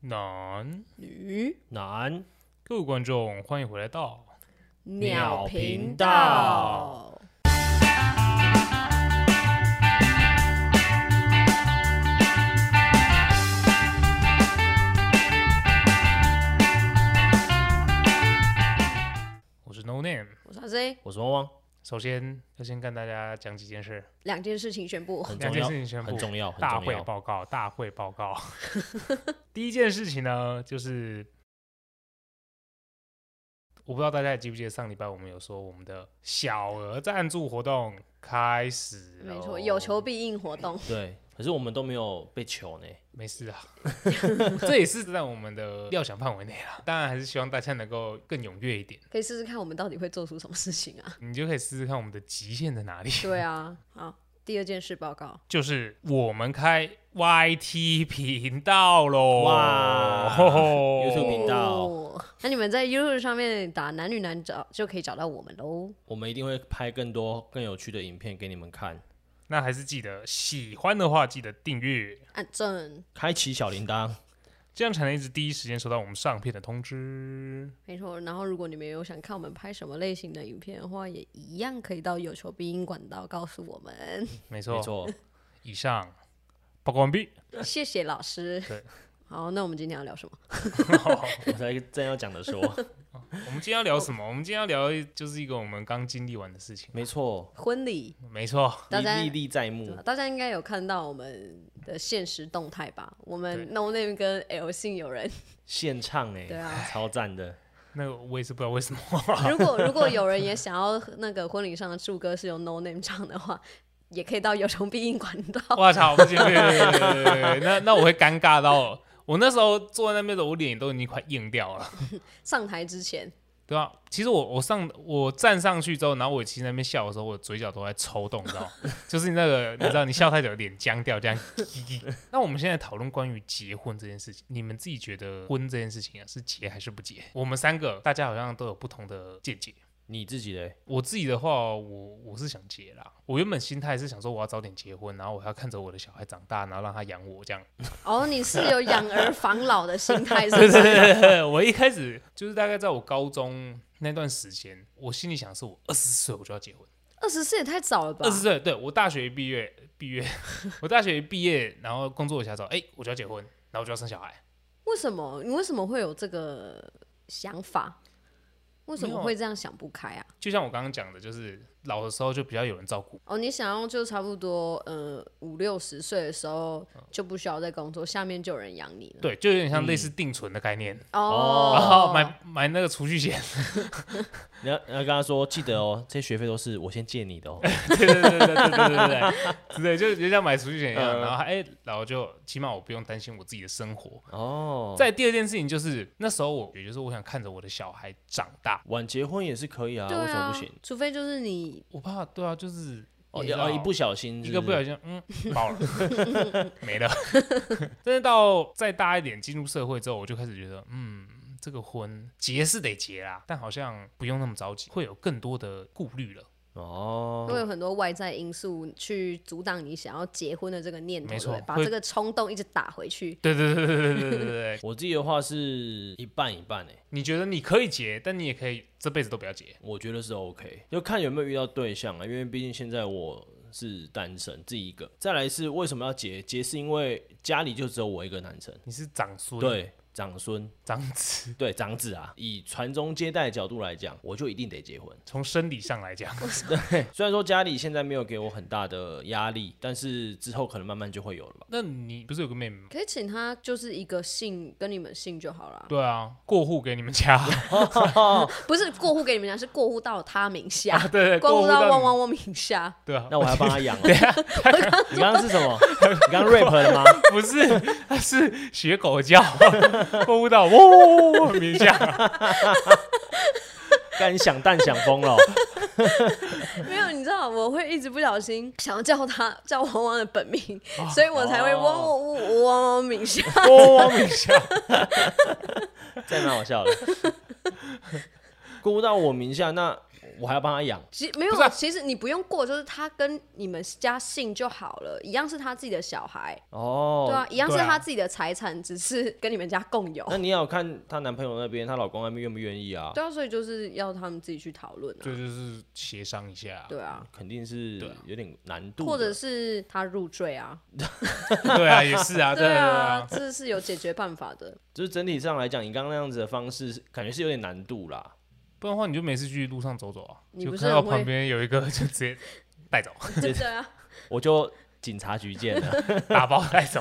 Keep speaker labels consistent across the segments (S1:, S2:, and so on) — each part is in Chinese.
S1: 男，
S2: 女
S3: 男
S1: 各位观众，欢迎回来到
S2: 鸟
S3: 鸟
S2: 频
S3: 频
S2: 道
S3: 道。
S1: 我是 No Name。
S2: 我是阿 Z，
S3: 我是汪汪，
S1: 首先要先跟大家讲几件事，
S2: 两件事情宣 布，
S3: 很
S1: 两
S3: 重
S1: 件
S3: 要
S1: 事，情宣布
S3: 很，重要，哦很
S1: 大
S3: 重
S1: 会
S3: 要。
S1: 报告，大会报告。 第一件事情呢，就是我不知道大家还记不记得上礼拜我们有说我们的小额赞助活动开始了，
S2: 没错，有求必应活动。
S3: 对，可是我们都没有被求呢。
S1: 没事啊， 这也是在我们的料想范围内啊。当然还是希望大家能够更踊跃一点，
S2: 可以试试看我们到底会做出什么事情啊？
S1: 你就可以试试看我们的极限在哪里。
S2: 对啊，好，第二件事报告，
S1: 就是我们开 YT 频道喽！
S3: 哇
S1: 吼吼
S3: YouTube 频道
S2: 哦那你们在 YouTube 上面打男女男找就可以找到我们喽。
S3: 我们一定会拍更多更有趣的影片给你们看，
S1: 那还是记得喜欢的话，记得订阅，
S2: 按正，
S3: 开启小铃铛。
S1: 这样才能一直第一时间收到我们上片的通知。
S2: 没错。然后如果你们有想看我们拍什么类型的影片的话，也一样可以到有求必应管道告诉我 们。
S1: 没错，
S3: 没错，
S1: 以上报告完毕。
S2: 谢谢老师
S1: 对。
S2: 好，那我们今天要聊什么？
S3: 我才正要讲的说，
S1: 我们今天要聊什么？我们今天要聊的就是一个我们刚经历完的事情。
S3: 没 错，
S2: 婚礼，
S1: 没错，
S2: 大家
S3: 历历历在
S2: 对啊
S1: 嗯
S2: 吧
S3: 目。
S2: 大家应该有看到我们的现实动态吧？我们
S1: 对
S2: No Name 跟 L 姓有 人，
S3: 现唱
S2: 对
S3: 哎，
S2: 啊。
S3: 超赞的。
S1: 那个我也是不知道为什么。
S2: 如果如果有人也想要那个婚礼上的祝歌是由 No Name 唱的话，也可以到有求必应管道。
S1: 我操，不行，对对对对对对，那那我会尴尬到，我那时候坐在那边的时候，我脸都已经快硬掉了。
S2: 上台之前，
S1: 对啊，其实我我上我站上去之后，然后我其实在那边笑的时候，我嘴角都在抽动，你知道吗，就是那个你知道，你笑太久脸僵掉这样。那我们现在讨论关于结婚这件事情，你们自己觉得婚这件事情啊是结还是不结？我们三个大家好像都有不同的见解。
S3: 你自己嘞？
S1: 我自己的话，我我是想结啦。我原本心态是想说我要早点结婚，然后我要看着我的小孩长大，然后让他养我这样。
S2: 哦，你是有养儿防老的心 态，是不是？
S1: 我一开始就是大概在我高中那段时间，我心里想的是我二十岁我就要结婚。
S2: 二十四也太早了吧
S1: 二？十岁，对我大学一毕业，毕业，我大学一毕业，然后工作一下之后，哎、我就要结婚，然后我就要生小孩。
S2: 为什么？你为什么会有这个想法？为什
S1: 没
S2: 么
S1: 有
S2: 会这样想不开啊？
S1: 就像我刚刚讲的，就是老的时候就比较有人照顾，
S2: 哦，你想要就差不多呃五六十岁的时候就不需要再工作，下面就有人养你了。
S1: 对，就有点像类似定存的概念，然
S2: 哦
S1: 后，买买那个储蓄险，
S3: 你要你要跟他说，记得哦，这些学费都是我先借你 的哦。
S1: 对对对对对对对对对，对，就就像买储蓄险一样。然后哎、然后就起码我不用担心我自己的生活。
S3: 哦，
S1: 再第二件事情就是那时候我，也就是我想看着我的小孩长大，
S3: 晚结婚也是可以啊，
S2: 对
S3: 为什么
S2: 啊
S3: 不行？，
S2: 除非就是你
S1: 我怕对啊，就是
S3: 哦，
S1: 你知
S3: 要
S1: 道
S3: 一不小心，
S1: 一
S3: 是
S1: 个不小
S3: 是
S1: 心，嗯，爆了，没了。但是到再大一点，进入社会之后，我就开始觉得，嗯，这个婚结是得结啦，但好像不用那么着急，会有更多的顾虑了。
S3: 哦，
S2: 会有很多外在因素去阻挡你想要结婚的这个念头，
S1: 没
S2: 对不对
S1: 错
S2: 把
S1: 会
S2: 这个冲动一直打回去。
S1: 对对对对对对对对对，
S3: 我自己的话是一半一半诶，
S1: 你觉得你可以结，但你也可以这辈子都不要结。
S3: 我觉得是 OK，就看有没有遇到对象啊，因为毕竟现在我是单身，自己一个。再来是为什么要结？结是因为家里就只有我一个男生，
S1: 你是长孙，，
S3: 对，长孙，
S1: 长子，
S3: 对，长子啊。以传宗接代的角度来讲，我就一定得结婚。
S1: 从生理上来讲，
S3: 虽然说家里现在没有给我很大的压力，但是之后可能慢慢就会有了吧。
S1: 那你不是有个妹妹吗？
S2: 可以请他就是一个姓跟你们姓就好了，
S1: 对啊，过户给你们家，
S2: 不是过户给你们讲，是过户到他名下，
S1: 啊对对，
S2: 过
S1: 过
S2: 户
S1: 到
S2: 到
S1: 你
S2: 汪，汪汪名下。
S1: 对啊，
S3: 那我还要帮他养、哦。 你刚刚是什么？你刚刚 rap 了吗？
S1: 不是，他是学狗叫，过户到哇，名下。
S3: 干你想蛋想疯了哦、
S2: 没有，你知道，我会一直不小心想要叫他叫汪汪的本名，所以我才会汪汪汪汪汪名下。
S1: 汪汪名下，
S3: 这蛮好笑的。过户到我名下，那我还要帮他养。
S2: 其没有，
S1: 不是啊
S2: 其实你不用过，就是他跟你们家姓就好了，一样是他自己的小孩，
S3: 哦，
S2: 对啊，一样是
S1: 对啊
S2: 他自己的财产，只是跟你们家共有。
S3: 那你要看她男朋友那边，她老公那边愿不愿意啊？
S2: 对啊，所以就是要他们自己去讨论啊
S1: 这。就是协商一下，
S2: 对啊，
S3: 肯定是有点难度的，
S2: 或者是他入赘啊，
S1: 对啊，也是 啊，对
S2: 对
S1: 对
S2: 啊
S1: 啊，，
S2: 这是有解决办法 的。
S3: 就是整体上来讲，你刚刚那样子的方式，感觉是有点难度啦。
S1: 不然的话你就每次去路上走走啊，
S2: 你
S1: 就
S2: 不是
S1: 看到
S2: 很会
S1: 旁边有一个 就直接带走，
S2: 对啊，
S3: 我就警察局见了，
S1: 打包带走，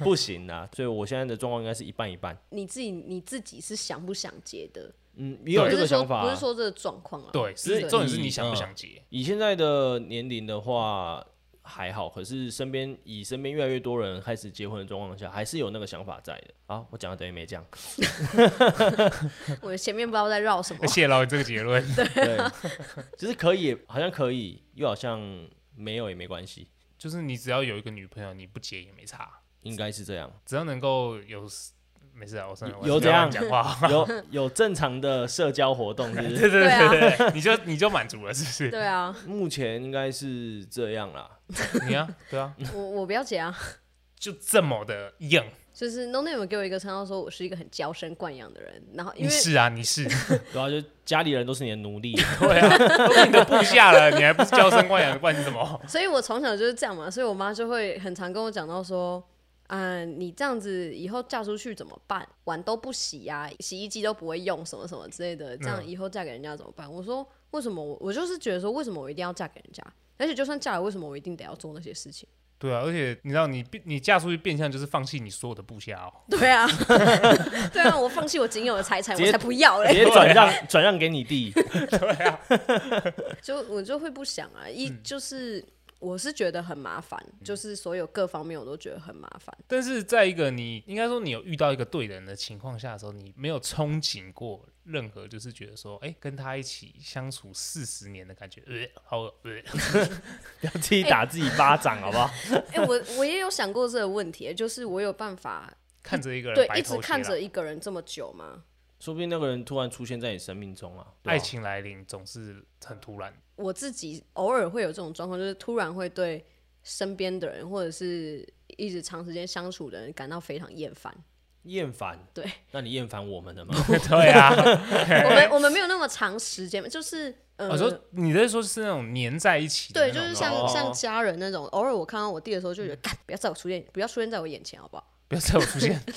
S3: 不行啦。所以我现在的状况应该是一半一半。
S2: 你自己你自己是想不想结的？
S3: 嗯，也有
S2: 不
S3: 这
S2: 是
S3: 个
S2: 说
S3: 想法、
S2: 不是
S3: 啊。
S2: 说这个状况啊。
S1: 对，是
S2: 对
S1: 重点是你想不想结，。
S3: 以现在的年龄的话还好，可是身边以身边越来越多人开始结婚的状况下，还是有那个想法在的。啊，我讲的等于没讲。
S2: 我前面不知道在绕什 么
S1: 谢老你这个结论，
S3: 对， 就是可以，好像可以，又好像没有也没关系，
S1: 就是你只要有一个女朋友，你不结也没差，
S3: 应该是这 样。
S1: 只要能够有没事啊，我算了，我
S3: 有
S1: 不要乱
S3: 这
S1: 讲话，
S3: 有有正常的社交活动是 不
S1: 对
S3: 是
S1: 对
S2: 啊
S1: 对对，你就你就满足了，是不
S2: 对啊，
S3: 目前应该是这样啦。
S1: 是？你啊，对啊，
S2: 我我不要结啊，
S1: 就这么的硬，
S2: 就是 No Name 给我一个称号，说我是一个很娇生惯养的人，然后因
S1: 你
S2: 为
S1: 是啊，你是，
S3: 对啊，就家里人都是你的奴 隶，
S1: 对啊，都是你的部下了，你还不是娇生惯养，惯什么？
S2: 所以我从小就是这样嘛，所以我妈就会很常跟我讲到说，嗯、你这样子以后嫁出去怎么办？碗都不洗呀、洗衣机都不会用，什么什么之类的，这
S3: 嗯
S2: 样以后嫁给人家怎么办？我说为什么我我就是觉得说，为什么我一定要嫁给人家？而且就算嫁了，为什么我一定得要做那些事 情？
S1: 对啊，而且你知道你变你嫁出去变相就是放弃你所有的部下哦，
S2: 对啊， 对啊，我放弃我仅有的财产，
S3: 直接
S2: 我才不要欸
S3: 直
S2: 嘞！
S3: 接转
S2: 啊
S3: 让转让给 你弟。
S2: 就我就会不想啊，一
S3: 嗯
S2: 就是我是觉得很麻烦，就是所有各方面我都觉得很麻烦。
S1: 但是在一个你应该说你有遇到一个对的人的情况下的时候，你没有憧憬过任何，就是觉得说，哎、跟他一起相处四十年的感觉，呃，好恶，呃，
S3: 自己打自己巴掌，好不好？
S2: 哎、我我也有想过这个问题，就是我有办法
S1: 看着一个人
S2: 对
S1: 白
S2: 一
S1: 头偕
S2: 直看
S1: 老
S2: 着一个人这么久吗？
S3: 说不定那个人突然出现在你生命中啊，对啊
S1: 爱
S2: 哎
S1: 情来临总是很突然，
S2: 我自己偶尔会有这种状况，就是突然会对身边的人或者是一直长时间相处的人感到非常厌烦。
S3: 厌烦。
S2: 对，
S3: 那你厌烦我们 了吗？
S1: 对啊，
S2: 我们我们没有那么长时间，就是呃
S1: 我说哦你在说是那种黏在一起的
S2: 对，
S1: 那种
S2: 就是
S1: 吗
S2: 像、
S3: 哦
S2: 像家人那种，偶尔我看到我弟的时候，就觉得，干、不要在我出现，不要出现在我眼前，好不好？
S1: 不要在我出现，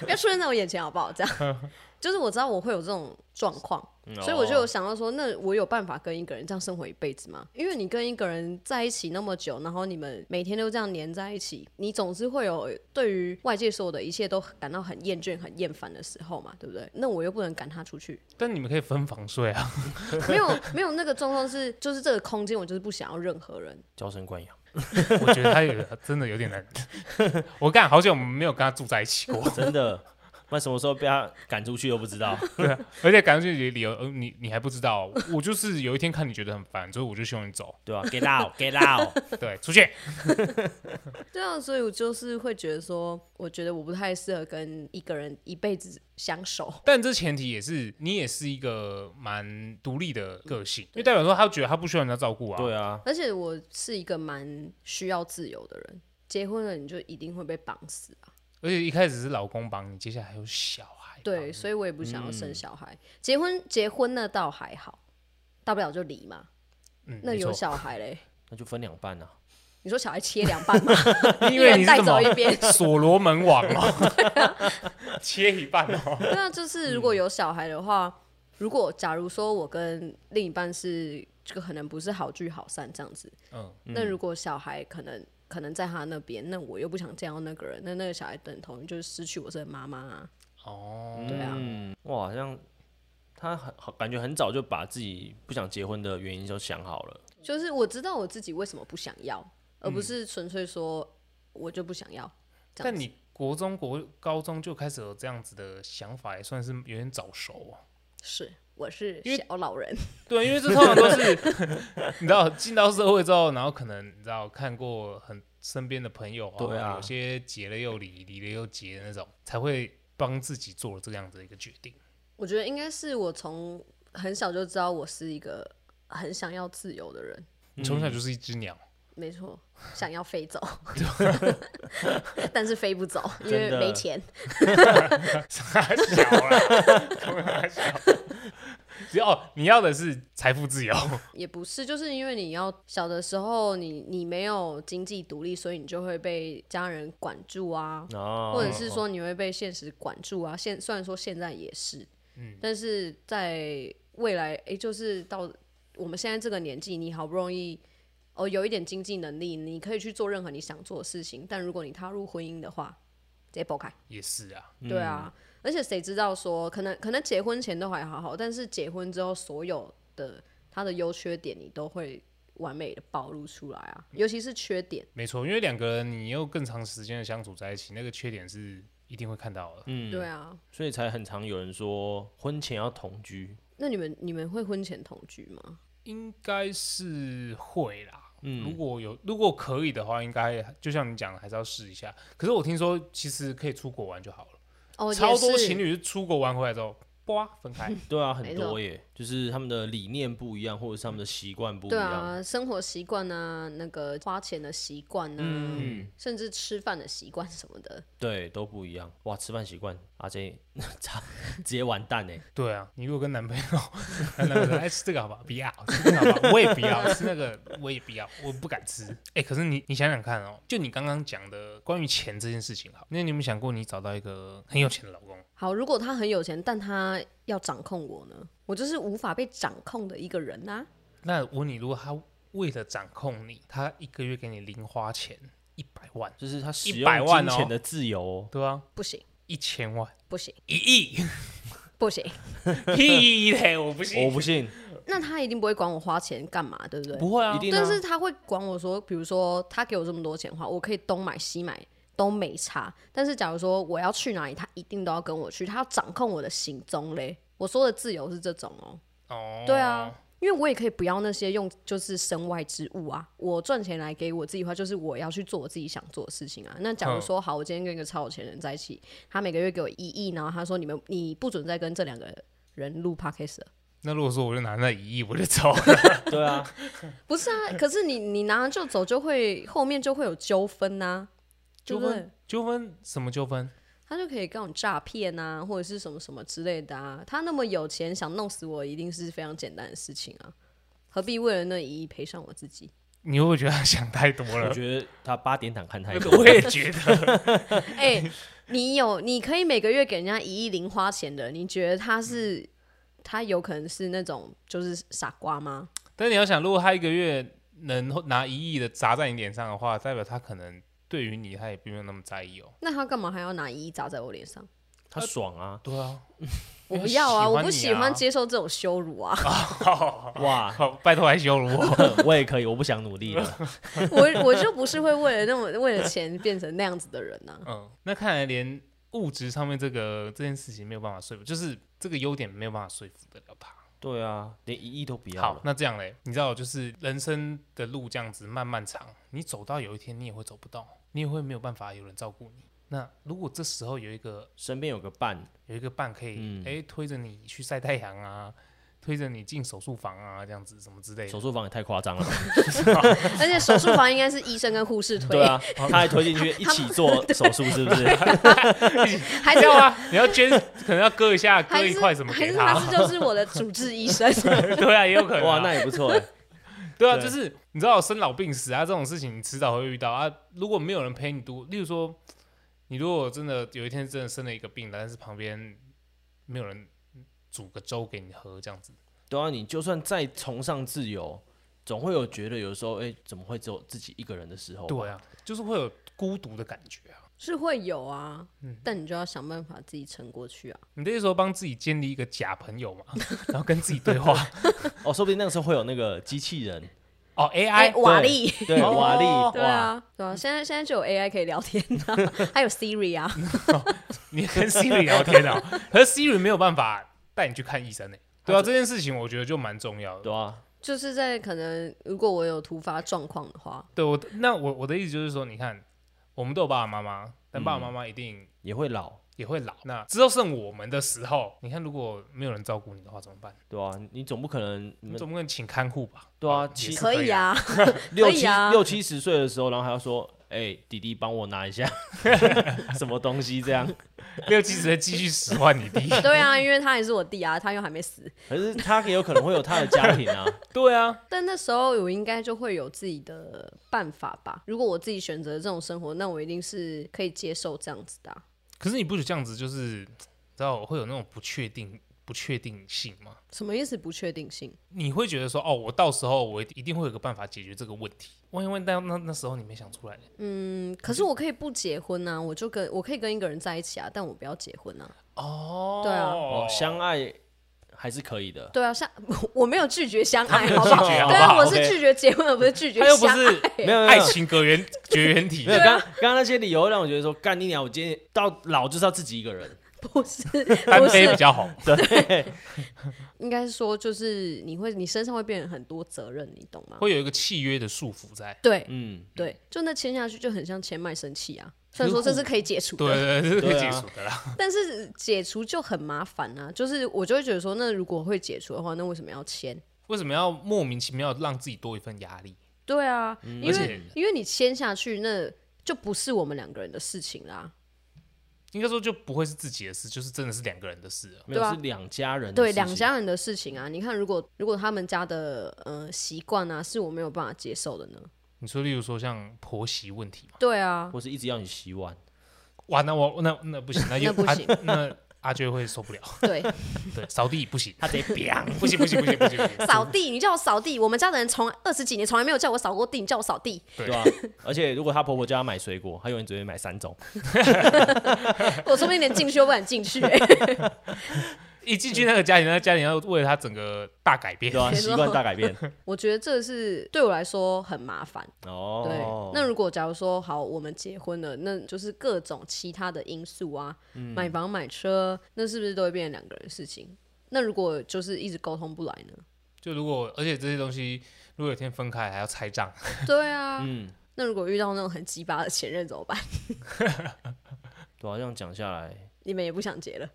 S2: 不要出现在我眼前，好不好？这样， 就是我知道我会有这种状况，
S3: 嗯哦
S2: 所以我就有想到说，那我有办法跟一个人这样生活一辈子吗？因为你跟一个人在一起那么久，然后你们每天都这样黏在一起，你总是会有对于外界所有的一切都感到很厌倦、很厌烦的时候嘛，对不对？那我又不能赶他出去，
S1: 但你们可以分房睡啊，
S2: 没有没有那个状况是，就是这个空间我就是不想要任何人，
S3: 娇生惯养，
S1: 我觉得他有真的有点难， 我干好久我们没有跟他住在一起过，
S3: 真的。那什么时候被他赶出去都不知道。
S1: 而且感觉你理由，呃你你还不知道， 我就是有一天看你觉得很烦，所以我就希望你 走，
S3: 对吧、g e t out，get out。
S1: 对，出去。
S2: 对啊，所以我就是会觉得说，我觉得我不太适合跟一个人一辈子相守。
S1: 但这前提也是你也是一个蛮独立的个性，因为代表说他觉得他不需要人家照顾啊。
S3: 对啊，
S2: 而且我是一个蛮需要自由的人，结婚了你就一定会被绑死啊。
S1: 而且一开始是老公帮你，接下来还有小孩。
S2: 对，，所以我也不想要生
S1: 嗯
S2: 小孩。结婚结婚那倒还好，大不了就离嘛。
S1: 嗯，
S2: 那
S1: 没
S2: 有
S1: 错
S2: 小孩嘞，
S3: 那就分两半啊。
S2: 你说小孩切两半吗？
S1: 因为
S2: 一
S1: 你
S2: 人
S1: 是
S2: 带
S1: 什么
S2: 走一边。
S1: 所罗门王哦，切一半哦。
S2: 对啊，就是如果有小孩的话，如果假如说我跟另一半是这个可能不是好聚好散这样子，
S1: 嗯，
S2: 那如果小孩可能可能在他那边，那我又不想见到那个人，那那个小孩等同于就是失去我这个妈妈啊。
S1: 哦，
S2: 对啊，
S3: 嗯，哇，好像他很好，感觉很早就把自己不想结婚的原因都想好了。
S1: 嗯
S2: 就是我知道我自己为什么不想要，而不是纯粹说我就不想要。这样
S1: 但
S2: 子
S1: 你国中、国高中就开始有这样子的想法，也算是有点早熟哦。
S2: 是我是
S1: 因为
S2: 小老人，
S1: 对，因为这通常都是你知道进到社会之后，然后可能你知道看过很身边的朋友啊，
S3: 对啊
S1: 有些结了又离，离了又结的那种，才会帮自己做了这样子的一个决定。
S2: 我觉得应该是我从很小就知道我是一个很想要自由的人，
S1: 你从小就是一只鸟，
S2: 没错，想要飞走， 但是飞不走，因为
S3: 真的
S2: 没钱。
S1: 傻小了，傻小。只要哦你要的是财富自由，
S2: 也不是，就是因为你要小的时候你，你没有经济独立，所以你就会被家人管住啊，
S3: 哦，
S2: 或者是说你会被现实管住啊。现虽然说现在也是，
S3: 嗯
S2: 但是在未来，诶，就是到我们现在这个年纪，你好不容易哦有一点经济能力，你可以去做任何你想做的事情，但如果你踏入婚姻的话，直接爆开。
S1: 也是啊，
S3: 嗯
S2: 对啊，而且谁知道说，可能可能结婚前都还好好，但是结婚之后，所有的他的优缺点，你都会完美的暴露出来啊，尤其是缺点，
S1: 没错，因为两个人你又更长时间的相处在一起，那个缺点是一定会看到的。
S2: 对啊。
S3: 嗯所以才很常有人说婚前要同居，
S2: 那你们你们会婚前同居吗？
S1: 应该是会啦。如
S3: 嗯，
S1: 果有如果可以的话，应该就像你讲的，还是要试一下。可是我听说，其实可以出国玩就好了。
S2: 哦，
S1: 超多
S2: 也是
S1: 情侣是出国玩回来之后，哇，分开。
S3: 对啊，很
S2: 没
S3: 多
S2: 错
S3: 耶，就是他们的理念不一样，或者是他们的习惯不一
S2: 对
S3: 样，
S2: 啊，生活习惯啊，那个花钱的习惯啊，
S3: 嗯
S2: 甚至吃饭的习惯什么的，
S3: 对，都不一样。哇，吃饭习惯，阿 J 差直接完蛋哎，
S1: 对啊，你如果跟男朋友，跟男朋友说哎吃这个好不好？不要，吃这个好不好？我也不要，吃那个我也不要，我不敢吃。哎、可是你你想想看哦，就你刚刚讲的关于钱这件事情，好，那你有没有想过你找到一个很有钱的老公？
S2: 好，如果他很有钱，但他要掌控我呢，我就是无法被掌控的一个人啊。
S1: 那我问你，如果他为了掌控你，他一个月给你零花钱一百万，
S3: 就是他使
S1: 100
S3: 用
S1: 万
S3: 金
S1: 哦
S3: 钱的自由哦，
S1: 对啊，
S2: 不行，
S1: 一千万、
S2: 不行，
S1: 一亿，
S2: 不 行，
S1: 屁嘞，我不信，
S3: 我 不信，
S2: 那他一定不会管我花钱干嘛，对不对？
S1: 不会啊
S3: 一，定啊
S2: 但是他会管我说，比如说他给我这么多钱花，我可以东买西买都没差。但是假如说我要去哪里，他一定都要跟我去，他要掌控我的行踪嘞。我说的自由是这种哦、
S1: 哦，
S2: 对啊，因为我也可以不要那些用就是身外之物啊，我赚钱来给我自己花，就是我要去做我自己想做的事情啊。那假如说好，我今天跟一个超有钱人在一起，他每个月给我一亿，然后他说你们你不准再跟这两个人录 podcast 了
S1: 那如果说我就拿那一亿，我就走了。
S3: 对啊，
S2: 不是啊，可是你你拿了就走，就会后面就会有纠纷呐，对
S1: 纠
S2: 不对
S1: 纷？纠纷什么纠纷？
S2: 他就可以告你诈骗啊，或者是什么什么之类的啊。他那么有钱，想弄死我，一定是非常简单的事情啊，何必为了那一亿赔上我自己？
S1: 你会不会觉得他想太多
S3: 我
S1: 了？
S3: 觉得他八点档看太
S1: 那个
S3: 多，
S1: 啊 我也觉得，
S2: 哎、你有你可以每个月给人家一亿零花钱的，你觉得他是、他有可能是那种就是傻瓜吗？
S1: 但你要想，如果他一个月能拿一亿的砸在你脸上的话，代表他可能对于你他也并没有那么在意哦。
S2: 那他干嘛还要拿一亿砸在我脸 上？
S3: 他爽啊，
S1: 对啊，
S2: 我不要啊！
S1: 因为
S2: 我
S1: 他
S2: 不
S1: 喜
S2: 喜
S1: 欢你啊
S2: 欢接受这种羞辱 啊！
S3: 哇，
S1: 好，拜托还羞辱我。
S3: 我也可以，我不想努 力了，
S2: 我我就不是会为了那么为了钱变成那样子的人啊呐、
S1: 嗯， 那看来连物质上面这个这件事情没有办法说服，就是这个优点没有办法说服得了他。
S3: 对啊，连一亿都不要
S1: 好
S3: 了，，
S1: 那这样嘞，你知道，就是人生的路这样子漫漫长，你走到有一天你也会走不动，你也会没有办法有人照顾你。那如果这时候有一个
S3: 身边有个伴，
S1: 有一个伴可以
S3: 嗯
S1: 哎、诶推着你去晒太阳啊，推着你进手术房啊，这样子什么之类
S3: 手
S1: 的。
S3: 术房也太夸张 了吧，
S2: 而且手术房应该是医生跟护士推，
S3: 对啊，他还推进 去一起做手术，是不是？
S2: 还
S1: 不
S2: 是
S1: 要啊，你要捐，可能要割一下，割
S2: 还
S1: 一
S2: 是
S1: 块什么
S2: 还
S1: 给
S2: 是
S1: 他
S2: 他。是就是我的主治医生，
S1: 对啊，也有可能、
S3: 哇，
S1: 啊。
S3: 那也不错哎，
S1: 对啊，
S3: 对
S1: 就是你知道生老病死啊这种事情，你迟早会遇到啊。如果没有人陪你读，例如说，你如果真的有一天真的生了一个病，但是旁边没有人煮个粥给你喝，这样子，
S3: 对啊，你就算再崇尚自由，总会有觉得有时候，哎、怎么会只有自己一个人的时候？
S1: 对，啊，就是会有孤独的感觉啊。
S2: 是会有啊，
S1: 嗯
S2: 但你就要想办法自己撑过去啊。
S1: 你那时候帮自己建立一个假朋友嘛， 然后跟自己对 话。
S3: 哦，说不定那个时候会有那个机器 人，
S1: 哦
S2: 哎、
S1: ，AI，
S2: 瓦力，
S3: 对，
S1: 哦
S3: 瓦力，
S2: 对
S3: 哇，
S2: 啊，对啊，现在现在就有 AI 可以聊天啊， 还有 Siri 啊，
S1: 你跟 Siri 聊天啊， 可是 Siri 没有办法带你去看医生呢、对啊，这件事情我觉得就蛮重要的。
S3: 对啊，
S2: 就是在可能如果我有突发状况的话，
S1: 对
S3: 嗯
S1: 我，那我我的意思就是说，你看，我们都有爸爸妈妈，但爸爸妈妈一定
S3: 也会老，
S1: 也会老。那之后剩我们的时候，你看如果没有人照顾你的话怎么办？
S3: 对啊，你总不可能你
S1: 你
S3: 们
S1: 总不能请看护吧？
S3: 对啊
S1: 哦也
S3: 其
S1: 是
S3: 实
S2: 可以啊，
S3: 六
S2: 可
S3: 七
S2: 以啊
S3: 六七十岁的时候，然后还要说，哎、弟弟帮我拿一下 什么东西 这样，
S1: 六七十岁继续使唤你 弟。
S2: 对啊，因为他也是我弟啊，他又还没死。
S3: 可是他也有可能会有他的家庭啊，
S1: 对啊，
S2: 但那时候我应该就会有自己的办法吧。如果我自己选择这种生活，那我一定是可以接受这样子的啊、
S1: 可是你不许这样子，就是你知道会有那种不确定不确定性吗？
S2: 什么意思？不确定性？
S1: 你会觉得说，哦，我到时候我一定会有个办法解决这个问题。万一问到那那时候你没想出来，
S2: 嗯，可是我可以不结婚啊，我就跟我可以跟一个人在一起啊，但我不要结婚啊。
S1: 哦，
S2: 对啊
S3: 哦，相爱还是可以的。
S2: 对啊，像我没有拒绝相爱，好不
S1: 拒
S2: 好？
S1: 绝好不
S2: 对啊，
S1: 好
S2: 我是
S3: OK
S2: 拒绝结婚，而不是拒绝
S1: 他又不
S2: 相爱。
S1: 是
S3: 没有没
S1: 爱
S3: 有
S1: 情隔源绝缘体
S3: 没，有，刚刚刚那些理由让我觉得说，干你娘！我今天到老就是要自己一个人，
S2: 不是
S1: 单
S2: 不
S1: 飞比
S2: 是，
S1: 较好。
S2: 应该是说就是你会你身上会变得很多责任，你懂吗？
S1: 会有一个契约的束缚在。
S2: 对
S3: 嗯，
S2: 对，就那签下去就很像签卖身契啊。虽然说这是可以解除的，
S1: 对对对，是可以
S3: 对
S1: 解
S3: 啊
S1: 除的啦。
S2: 但是解除就很麻烦啊。就是我就会觉得说，那如果会解除的话，那为什么要签？
S1: 为什么要莫名其妙让自己多一份压力？
S2: 对啊，因
S3: 嗯
S1: 而
S2: 为
S1: 且
S2: 因为你签下去，那就不是我们两个人的事情啦。
S1: 应该说就不会是自己的事，就是真的是两个人的事了。
S3: 没有、
S2: 对啊
S3: 是两家人的
S2: 对
S3: 嗯事情
S2: 两家人的事情啊，你看，如果如果他们家的呃习惯啊，是我没有办法接受的呢？
S1: 你说，例如说像婆媳问题嘛，
S2: 对啊，
S3: 或是一直要你洗碗，
S1: 哇，那我那那不行，那又
S2: 那不
S1: 阿
S2: 行
S1: 那阿娟会受不了。
S2: 对，
S1: 对，扫地不行，
S3: 他得 biang，
S1: 不行不行不行不行，不行
S2: 扫地，你叫我扫地，我们家的人从二十几年从来没有叫我扫过地，你叫我扫地，
S3: 对吧、 而且如果她婆婆叫她买水果，她永远只会买三 种，
S2: 我说不定连进去都不敢进去、欸。
S1: 一进去那个家庭，那个家庭要为了他整个大改变
S3: 对。啊吧、
S2: 没错
S3: 习惯大改变。
S2: 我觉得这是对我来说很麻烦。对，
S3: 哦，
S2: 那如果假如说好，我们结婚了，那就是各种其他的因素啊，买房买车，那是不是都会变成两个人的事情？那如果就是一直沟通不来呢？
S1: 就如果而且这些东西，如果有一天分开还要拆账，
S2: 对啊，
S3: 嗯，
S2: 那如果遇到那种很鸡巴的前任怎么办？
S3: 对啊，这样讲下来，
S2: 你们也不想结了，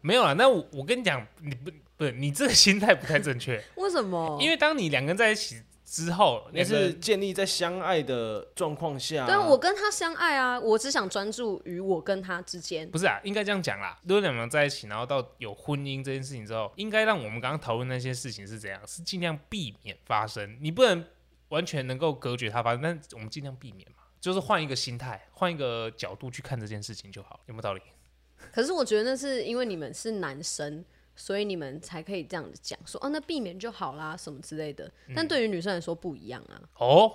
S1: 没有啦。那我我跟你讲，你不不，你这个心态不太正确，
S2: 为什么？
S1: 因
S2: 为
S1: 为当你两个人在一起之后，
S3: 那
S1: 两个人
S3: 是建立在相爱的状况下。
S2: 对啊，我跟他相爱啊，我只想专注于我跟他之间。
S1: 不是啊，应该这样讲啦。如果两个人在一起，然后到有婚姻这件事情之后，应该让我们刚刚讨论那些事情是怎样，是尽量避免发生。你不能完全能够隔绝它发生，但我们尽量避免嘛，就是换一个心态，换一个角度去看这件事情就好，有没有道理？
S2: 可是我觉得那是因为你们是男生，所以你们才可以这样子讲说，哦、那避免就好啦，什么之类的。但对于女生来说不一样啊，
S1: 哦，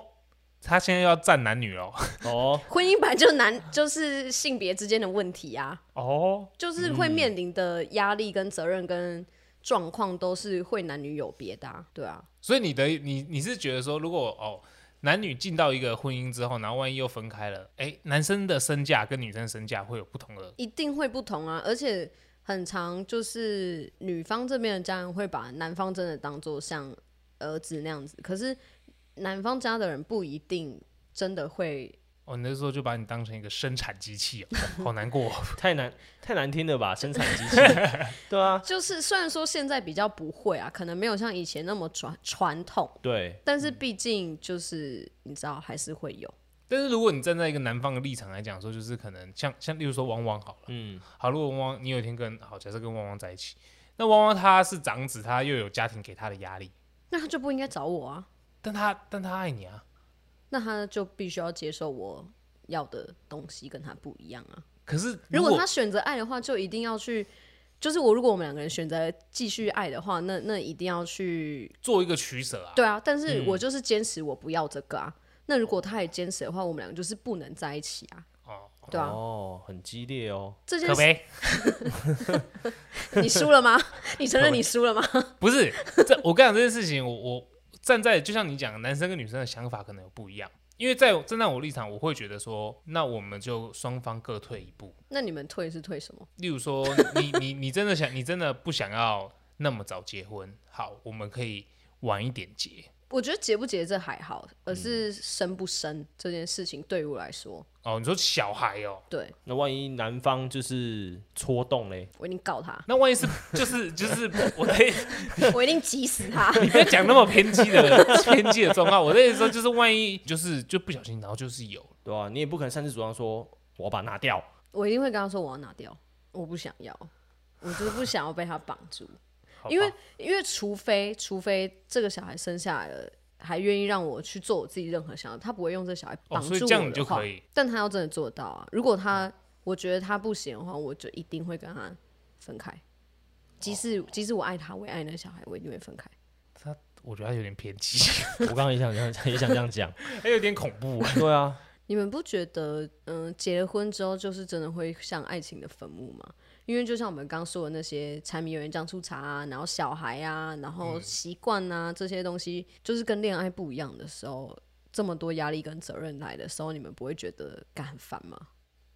S1: 他现在又要站男女喽？
S3: 哦，
S2: 婚姻本来 就难，就是性别之间的问题啊，
S1: 哦，
S2: 就是会面临的压力跟责任跟状况都是会男女有别的、啊，对啊。
S1: 所以你的你你是觉得说，如果哦男女进到一个婚姻之后，然后万一又分开了，哎，男生的身价跟女生身价会有不同的
S2: 一定会不同啊，而且很常就是女方这边的家人会把男方真的当做像儿子那样子，可是男方家的人不一定真的会。
S1: 哦，你那时候就把你当成一个生产机 器哦，好难过哦、
S3: 太难太难听了吧，生产 机器。对啊，
S2: 就是虽然说现在比较不会啊，可能没有像以前那么传传统，
S3: 对，
S2: 但
S1: 嗯
S2: 是毕竟就是你知道还是会有。
S1: 但是如果你站在一个男方的立场来讲说，就是可能像像例如说汪汪好了，
S3: 嗯，
S1: 好，如果汪汪你有一天跟好，假设跟汪汪在一起，那汪汪他是长子，他又有家庭给他的压力，
S2: 那他就不应该找我啊，
S1: 但他但他爱你啊，
S2: 那他就必须要接受我要的东西跟他不一样啊。
S1: 可是如
S2: 如果他选择爱的话，就一定要去，就是我如果我们两个人选择继续爱的话，那那一定要去，
S1: 做一个取舍啊，
S2: 对啊。但是我就是坚持我不要这个啊。那如果他也坚持的话，我们两个就是不能在一起啊，
S1: 哦，
S2: 对啊。
S3: 哦，很激烈哦。
S2: 这件
S1: 可
S2: 事
S1: 悲，
S2: 你输了吗？ 你承认你输了吗？
S1: 不是这我跟你讲这件事情，我我站在就像你讲，男生跟女生的想法可能有不一样，因为在站在我立场，我会觉得说，那我们就双方各退一步，
S2: 那你们退是退什么？
S1: 例如说，你 你你真的想，你真的不想要那么早结婚，好，我们可以晚一点结。
S2: 我觉得结不结这还好，
S1: 嗯
S2: 而是生不生这件事情对我来说，
S1: 哦，你说小孩哦，，
S2: 对
S3: 那万一男方就是戳动嘞，
S2: 我一定告他
S1: 那万一是就是 就是我的意思，
S2: 我一定急死他。
S1: 你不要讲那么偏激的偏激的状况。我的意思说就是万一就是就不小心，然后就是有哦
S3: 对吧、你也不可能擅自主张说我要把它拿 掉，
S2: 我一定会跟他说我要拿掉，我不想要，我就是不想要被他绑住，
S1: 好吧
S2: 因为因为除非除非这个小孩生下来了。还愿意让我去做我自己任何想要，他不会用这小孩
S1: 哦，
S2: 绑住
S1: 所以这
S2: 我的话。
S1: 样你就可以。
S2: 但他要真的做到啊，如果
S3: 嗯
S2: 他我觉得他不行的话，我就一定会跟他分开。即
S3: 哦
S2: 使即使我爱他，我也爱那个小孩，我一定会分开。
S1: 我觉得他有点偏激，
S3: 我刚刚也想这样，也想这样讲，
S1: 还有点恐怖。
S3: 对啊，
S2: 你们不觉得，嗯、结了婚之后就是真的会像爱情的坟墓吗？因为就像我们刚刚说的那些柴米油盐酱醋茶啊，然后小孩啊，然
S3: 嗯
S2: 后习惯啊、这些东西，就是跟恋爱不一样的时候，这么多压力跟责任来的时候，你们不会觉得感很烦吗？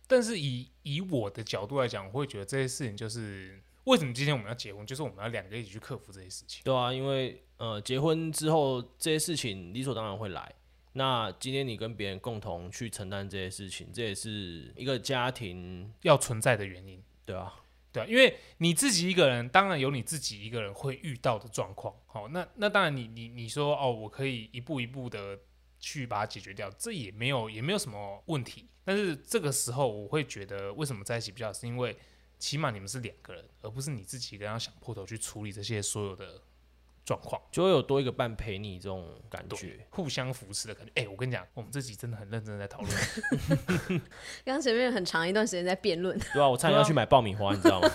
S1: 但是以以我的角度来讲，我会觉得这些事情就是为什么今天我们要结婚，就是我们要两个一起去克服这些事情。
S3: 对啊，因为呃，结婚之后这些事情理所当然会来。那今天你跟别人共同去承担这些事情，这也是一个家庭，
S1: 要存在的原因，
S3: 对啊，
S1: 对啊，因为你自己一个人，当然有你自己一个人会遇到的状况。好、那那当然你，你你说哦，我可以一步一步的去把它解决掉，这也没有也没有什么问题。但是这个时候，我会觉得为什么在一起比较好，是因为起码你们是两个人，而不是你自己一个人要想破头去处理这些所有的状况。
S3: 就会有多一个伴陪你这种感
S1: 对
S3: 觉，，
S1: 互相扶持的感觉。哎、我跟你讲，我们这集真的很认真地在讨论。
S2: 刚刚前面很长一段时间在辩论，
S3: 对啊，我差点要去买爆米花，你知道吗？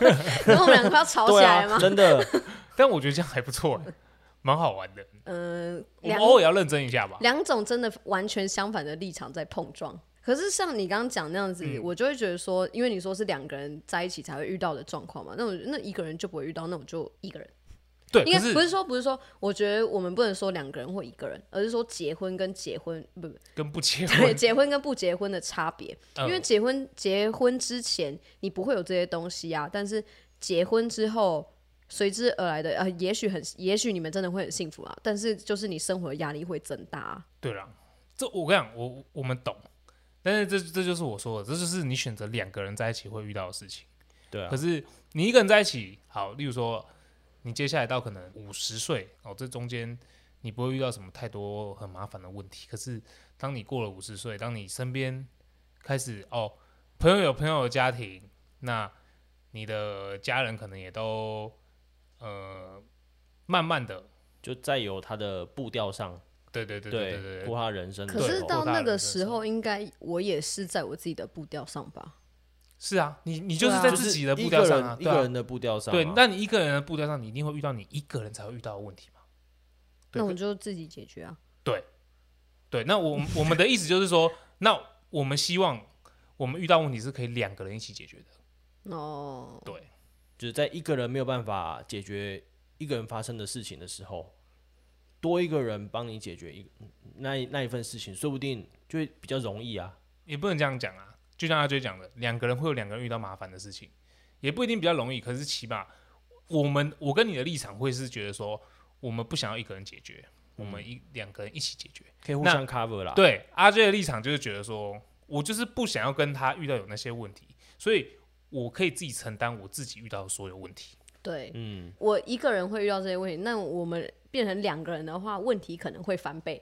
S2: 然后我们两个快要吵起
S3: 对
S2: 来了吗
S3: 啊，？真 的，
S1: 但我觉得这样还不错、哎，蛮好玩的。
S2: 嗯，
S1: 我们
S2: 两
S1: 偶尔也要认真一下吧。
S2: 两种真的完全相反的立场在碰撞。可是像你刚刚讲那样子，
S1: 嗯
S2: 我就会觉得说，因为你说是两个人在一起才会遇到的状况嘛，那我那一个人就不会遇到，那我就一个人。
S1: 对，
S2: 应该
S1: 可是
S2: 不是说不是说，我觉得我们不能说两个人或一个人，而是说结婚跟结婚不不
S1: 跟不结
S2: 对
S1: 婚，
S2: 结婚跟不结婚的差别。
S1: 嗯
S2: 因为结婚结婚之前你不会有这些东西啊，但是结婚之后随之而来的呃，也许很也许你们真的会很幸福啊，但是就是你生活的压力会增大、啊。
S1: 对啦，这我跟你讲，我我们懂，但是这这就是我说的，这就是你选择两个人在一起会遇到的事情。
S3: 对啊
S1: 可，是你一个人在一起，好，例如说你接下来到可能五十岁哦，这中间你不会遇到什么太多很麻烦的问题。可是当你过了五十岁，当你身边开始哦，朋友有朋友的家庭，那你的家人可能也都呃慢慢的，
S3: 就再有他的步调上，
S1: 对对对对
S3: 对
S1: 对对
S3: 过，他人生的
S2: 可
S3: 时候。
S2: 是到那个时
S1: 过
S2: 候，应该我也是在我自己的步调上吧。
S1: 是啊，你你就是
S2: 对啊
S1: 在
S3: 就
S1: 自
S3: 是
S1: 己的步
S3: 一
S1: 调
S3: 个
S1: 上
S3: 人
S1: 啊，
S3: 一
S1: 对啊
S3: 个人的步调上啊，
S1: 对，那你一个人的步调上，你一定会遇到你一个人才会遇到的问题嘛？对
S2: 那我就自己解决啊。
S1: 对，那我我们的意思就是说，那我们希望我们遇到问题是可以两个人一起解决的。
S2: 哦，
S1: 对，
S3: 就是在一个人没有办法解决一个人发生的事情的时候，多一个人帮你解决一那一那一份事情，说不定就会比较容易啊。
S1: 也不能这样讲啊。就像阿追讲的，两个人会有两个人遇到麻烦的事情，也不一定比较容易。可是起码我们我跟你的立场会是觉得说，我们不想要一个人解决，我
S3: 嗯
S1: 们一两个人一起解决。
S3: 可以互
S1: 那
S3: 相 cover 啦。
S1: 对阿 J 的立场就是觉得说，我就是不想要跟他遇到有那些问题，所以我可以自己承担我自己遇到的所有问题。
S2: 对
S3: 嗯，
S2: 我一个人会遇到这些问题，那我们变成两个人的话，问题可能会翻倍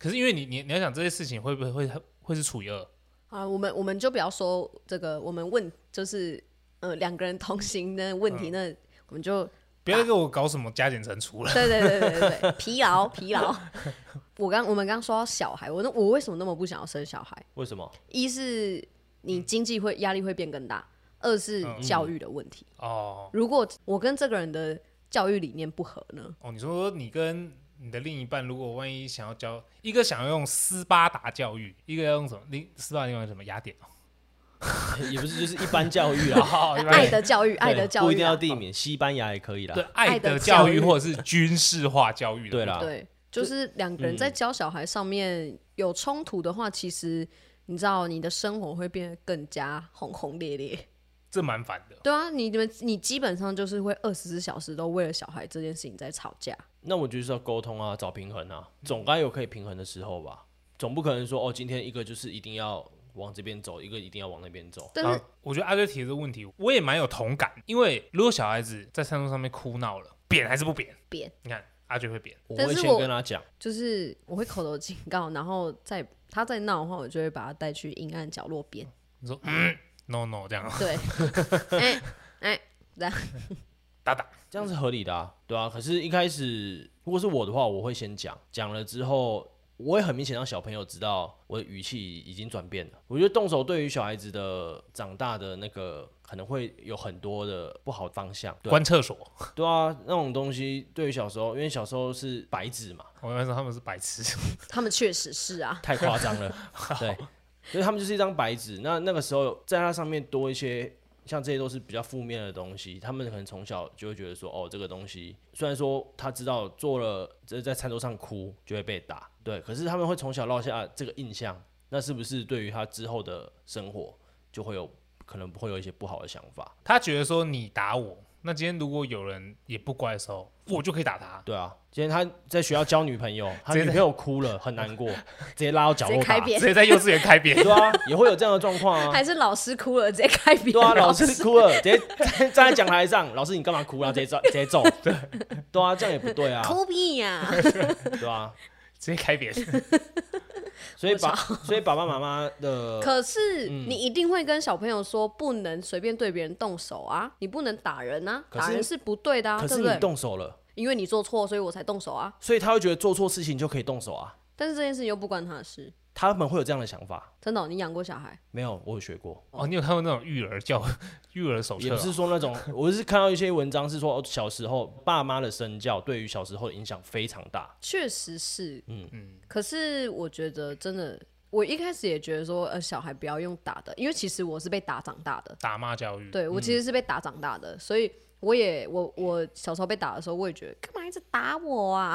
S1: 可是因为你你你要想这些事情会不会会会是除以二？
S2: 啊。我们我们就不要说这个，我们问就是呃两个人同行的问
S3: 嗯
S2: 题，那我们就
S1: 不要给我搞什么加减乘除了。
S2: 对对对对对对， 疲劳疲劳。 我刚我们刚说到小孩，我那我为什么那么不想要生小孩？
S3: 为什么？
S2: 一是你
S3: 嗯
S2: 经济会压力会变更大，二是教育的问题。
S1: 哦
S2: 如果我跟这个人的教育理念不合呢？
S1: 哦，你说你跟你的另一半，如果万一想要教一个想要用斯巴达教育，一个要用什么？另斯巴达用什么雅典哦？
S3: 也不是就是一般教育啊，
S1: 哦，原来
S2: 爱的教育， 爱的
S3: 对
S2: 教
S3: 不一
S2: 育
S3: 定要
S2: 啊，
S3: 避免，西班牙也可以啦。
S1: 对爱
S2: 爱的
S1: 的教
S2: 教
S1: 育
S2: 育
S1: 或者是军事化教育的
S3: 对
S1: 部
S3: 啦
S1: 分，
S2: 对，就是两个
S3: 嗯
S2: 人在教小孩上面有冲突的话，其实你知道你的生活会变得更加轰轰烈烈。
S1: 这蛮烦的。
S2: 对啊，你们你基本上就是会二十四小时都为了小孩这件事情在吵架。
S3: 那我就是要沟通啊，找平衡啊，总该有可以平衡的时候吧，总不可能说哦，今天一个就是一定要往这边走，一个一定要往那边走。
S2: 但是
S1: 啊我觉得阿哥提的这个问题，我也蛮有同感，因为如果小孩子在餐桌上面哭闹了，扁还是不扁？
S2: 扁
S1: 你看阿娟会扁，
S3: 我
S2: 但
S3: 会
S2: 是
S3: 先
S2: 我
S3: 跟他讲，
S2: 就是我会口头警告，然后再他再闹的话，我就会把他带去阴暗角落 边。
S1: 你说嗯，no no 这样
S2: 对，哎哎，
S1: 打打，
S3: 这样是合理的啊，对啊。可是，一开始如果是我的话，我会先讲，讲了之后，我也很明显让小朋友知道我的语气已经转变了。我觉得动手对于小孩子的长大的那个可能会有很多的不好方向，对啊
S1: 关厕所。
S3: 对啊，那种东西对于小时候，因为小时候是白纸嘛，
S1: 我跟你说他们是白痴，
S2: 他们确实是啊，
S3: 太夸张 了，对，所以他们就是一张白纸。那那个时候在它上面多一些，像这些都是比较负面的东西，他们可能从小就会觉得说，哦，这个东西虽然说他知道做了，这在餐桌上哭就会被打，对，可是他们会从小落下啊这个印象，那是不是对于他之后的生活就会有可能会有一些不好的想法？
S1: 他觉得说你打我，那今天如果有人也不乖的时候，我就可以打他。
S3: 对啊，今天他在学校交女朋友，他
S1: 嗯直接
S3: 女朋友哭了，很难过，直接拉到角
S2: 直接
S3: 落
S2: 开
S3: 打，
S2: 扁
S1: 啊直接在幼稚园开扁，
S3: 对啊，也会有这样的状况啊。
S2: 还是老师哭了直接开扁。
S3: 对啊， 老师哭了，直接 站在讲台上，老师你干嘛哭啊？直接揍，直接 揍，对，对啊，这样也不对啊，
S2: 哭屁呀、
S3: 对啊，
S1: 直接开扁。
S3: 所以爸，所以爸爸妈妈 的，
S2: 可是你
S3: 嗯
S2: 一定会跟小朋友说，不能随便对别人动手啊，你不能打人啊，
S3: 可是
S2: 打人是不对的啊，
S3: 可
S2: 对不
S3: 是你
S2: 对？
S3: 动手了，
S2: 因为你做错，所以我才动手啊。
S3: 所以他会觉得做错事情就可以动手啊，
S2: 但是这件事情又不关他的事，
S3: 他们会有这样的想法。
S2: 真的哦、你养过小孩？
S3: 没有，我有学过，
S1: 哦，你有看过那种育儿教育儿手
S3: 也
S1: 册、
S3: 不
S1: 啊？
S3: 是说那种，我是看到一些文章是说，哦小时候爸妈的身教对于小时候的影响非常大。
S2: 确实是，嗯嗯。可是我觉得真的，我一开始也觉得说，呃，小孩不要用打的，因为其实我是被打长大的，
S1: 打骂教育，
S3: 嗯
S2: 对我其实是被打长大的，所以。我也我我小时候被打的时候，我也觉得干嘛一直打我啊？